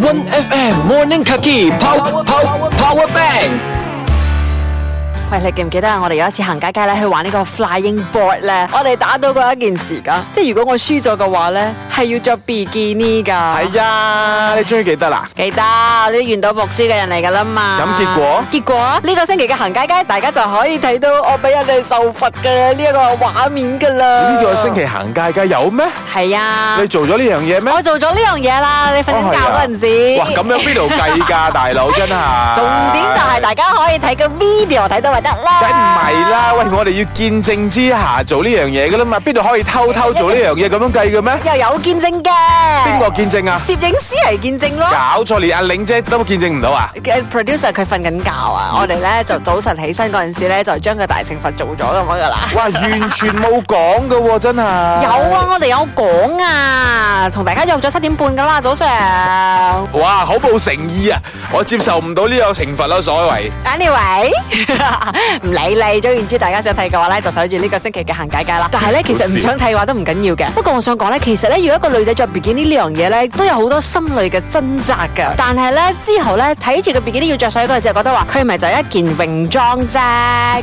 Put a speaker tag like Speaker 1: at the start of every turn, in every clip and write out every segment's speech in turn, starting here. Speaker 1: One FM Morning Kaki Power Power Power Bank。
Speaker 2: 喂，你記唔記得啊？我哋有一次行街街咧，去玩呢個 flying board 咧，我哋打到過一件事噶，即係如果我輸咗嘅話咧，係要着 bikini 噶。
Speaker 1: 哎呀，你終於記得啦！
Speaker 2: 記得你都願賭服輸嘅人嚟㗎啦嘛。
Speaker 1: 咁結果
Speaker 2: 結果呢個星期嘅行街街，大家就可以睇到我俾人哋受罰嘅呢一個畫面㗎啦。
Speaker 1: 呢個星期行街街有咩？
Speaker 2: 係啊
Speaker 1: 你，做咗呢樣嘢咩？
Speaker 2: 我做咗呢樣嘢啦。你瞓緊覺嗰陣時，
Speaker 1: 哇，咁樣邊度計㗎，大佬真係。
Speaker 2: 重點就係大家可以睇個 video 睇到咪得啦。
Speaker 1: 梗唔係啦，喂，我哋要見證之下做呢樣嘢㗎啦嘛，邊度可以偷偷做呢樣嘢咁樣計 嘅咩？
Speaker 2: 又有見證嘅。
Speaker 1: 邊個見證啊？
Speaker 2: 攝影師嚟見證咯。
Speaker 1: 搞錯，連阿玲姐都見證唔到啊！
Speaker 2: 嘅 producer 佢瞓緊覺啊，我哋咧就早晨起身嗰陣時咧就將個大懲罰做咗咁樣噶啦。
Speaker 1: 哇，完全冇講㗎喎，真係。
Speaker 2: 有啊，我哋有講啊，同大家約咗七點半噶啦，早上。
Speaker 1: 哇，好冇誠意啊！我接受唔到呢個懲罰咯，所謂。
Speaker 2: Anyway，唔理你，總言之，大家想睇嘅話咧，就守住呢個星期嘅行街街啦。但係咧，其實唔想睇嘅話都唔緊要嘅。不過我想講咧，其實咧，如果一個女仔着比基尼呢樣嘢咧，都有好多心裏嘅掙扎㗎。但係咧之後咧，睇住個比基尼要着上去嗰陣時，就覺得話佢咪就係一件泳裝啫，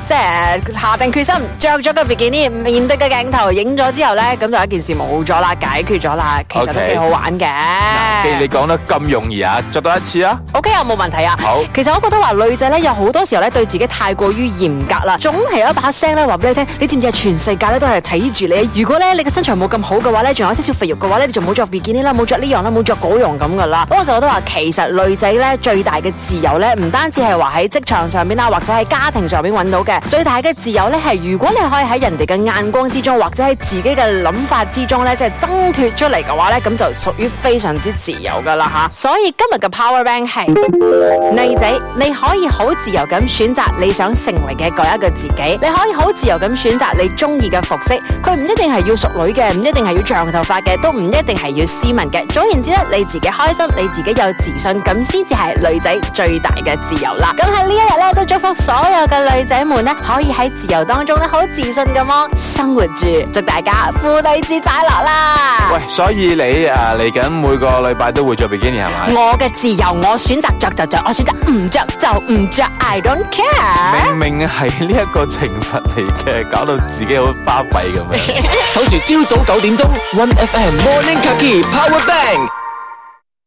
Speaker 2: 即係下定決心着咗個比基尼，面對個鏡頭影咗之後咧，咁就一件事冇咗啦，解決咗啦，其實都
Speaker 1: OK
Speaker 2: 幾好玩嘅。
Speaker 1: 既你講得咁容易啊，着多一次啊！
Speaker 2: O K 啊，冇問題啊。
Speaker 1: 好
Speaker 2: 其實我覺得話女仔咧，有好多時候咧對自己太過於嚴格啦，總係有一把聲咧話俾你聽，你知唔知啊？全世界咧都係睇住你。如果咧你嘅身材冇咁好嘅話咧，仲有少少肥肉嘅話咧，你就冇着 bikini 啦，冇着呢樣啦，冇着嗰樣咁噶啦。咁我就覺得話，其實女仔咧最大嘅自由咧，唔單止係話喺職場上邊啦，或者喺家庭上邊揾到嘅，最大嘅自由咧係如果你可以喺人哋嘅眼光之中，或者喺自己嘅諗法之中咧，即係掙脱出嚟嘅話咧，咁就屬於非常之自由噶啦吓。所以今日嘅 Power Bank 係。女仔，你可以好自由咁選擇你想成為嘅嗰一個自己，你可以好自由咁選擇你中意嘅服飾，佢唔一定係要淑女嘅，唔一定係要長頭髮嘅，都唔一定係要斯文嘅。總言之咧，你自己開心，你自己有自信，咁先至係女仔最大嘅自由啦。咁喺呢一日咧，都祝福所有嘅女仔們咧，可以喺自由當中咧，好自信咁樣生活住。祝大家婦女節快樂啦！
Speaker 1: 喂，所以你啊嚟緊每個禮拜都會着比基尼係咪？
Speaker 2: 我嘅自由，我選擇着就着，我選擇唔着就唔着，I don't care。
Speaker 1: 明明係呢一個懲罰嚟嘅，搞到自己好巴閉咁樣。
Speaker 3: 守住朝早九點鐘，One FM Morning Kaki Power Bank。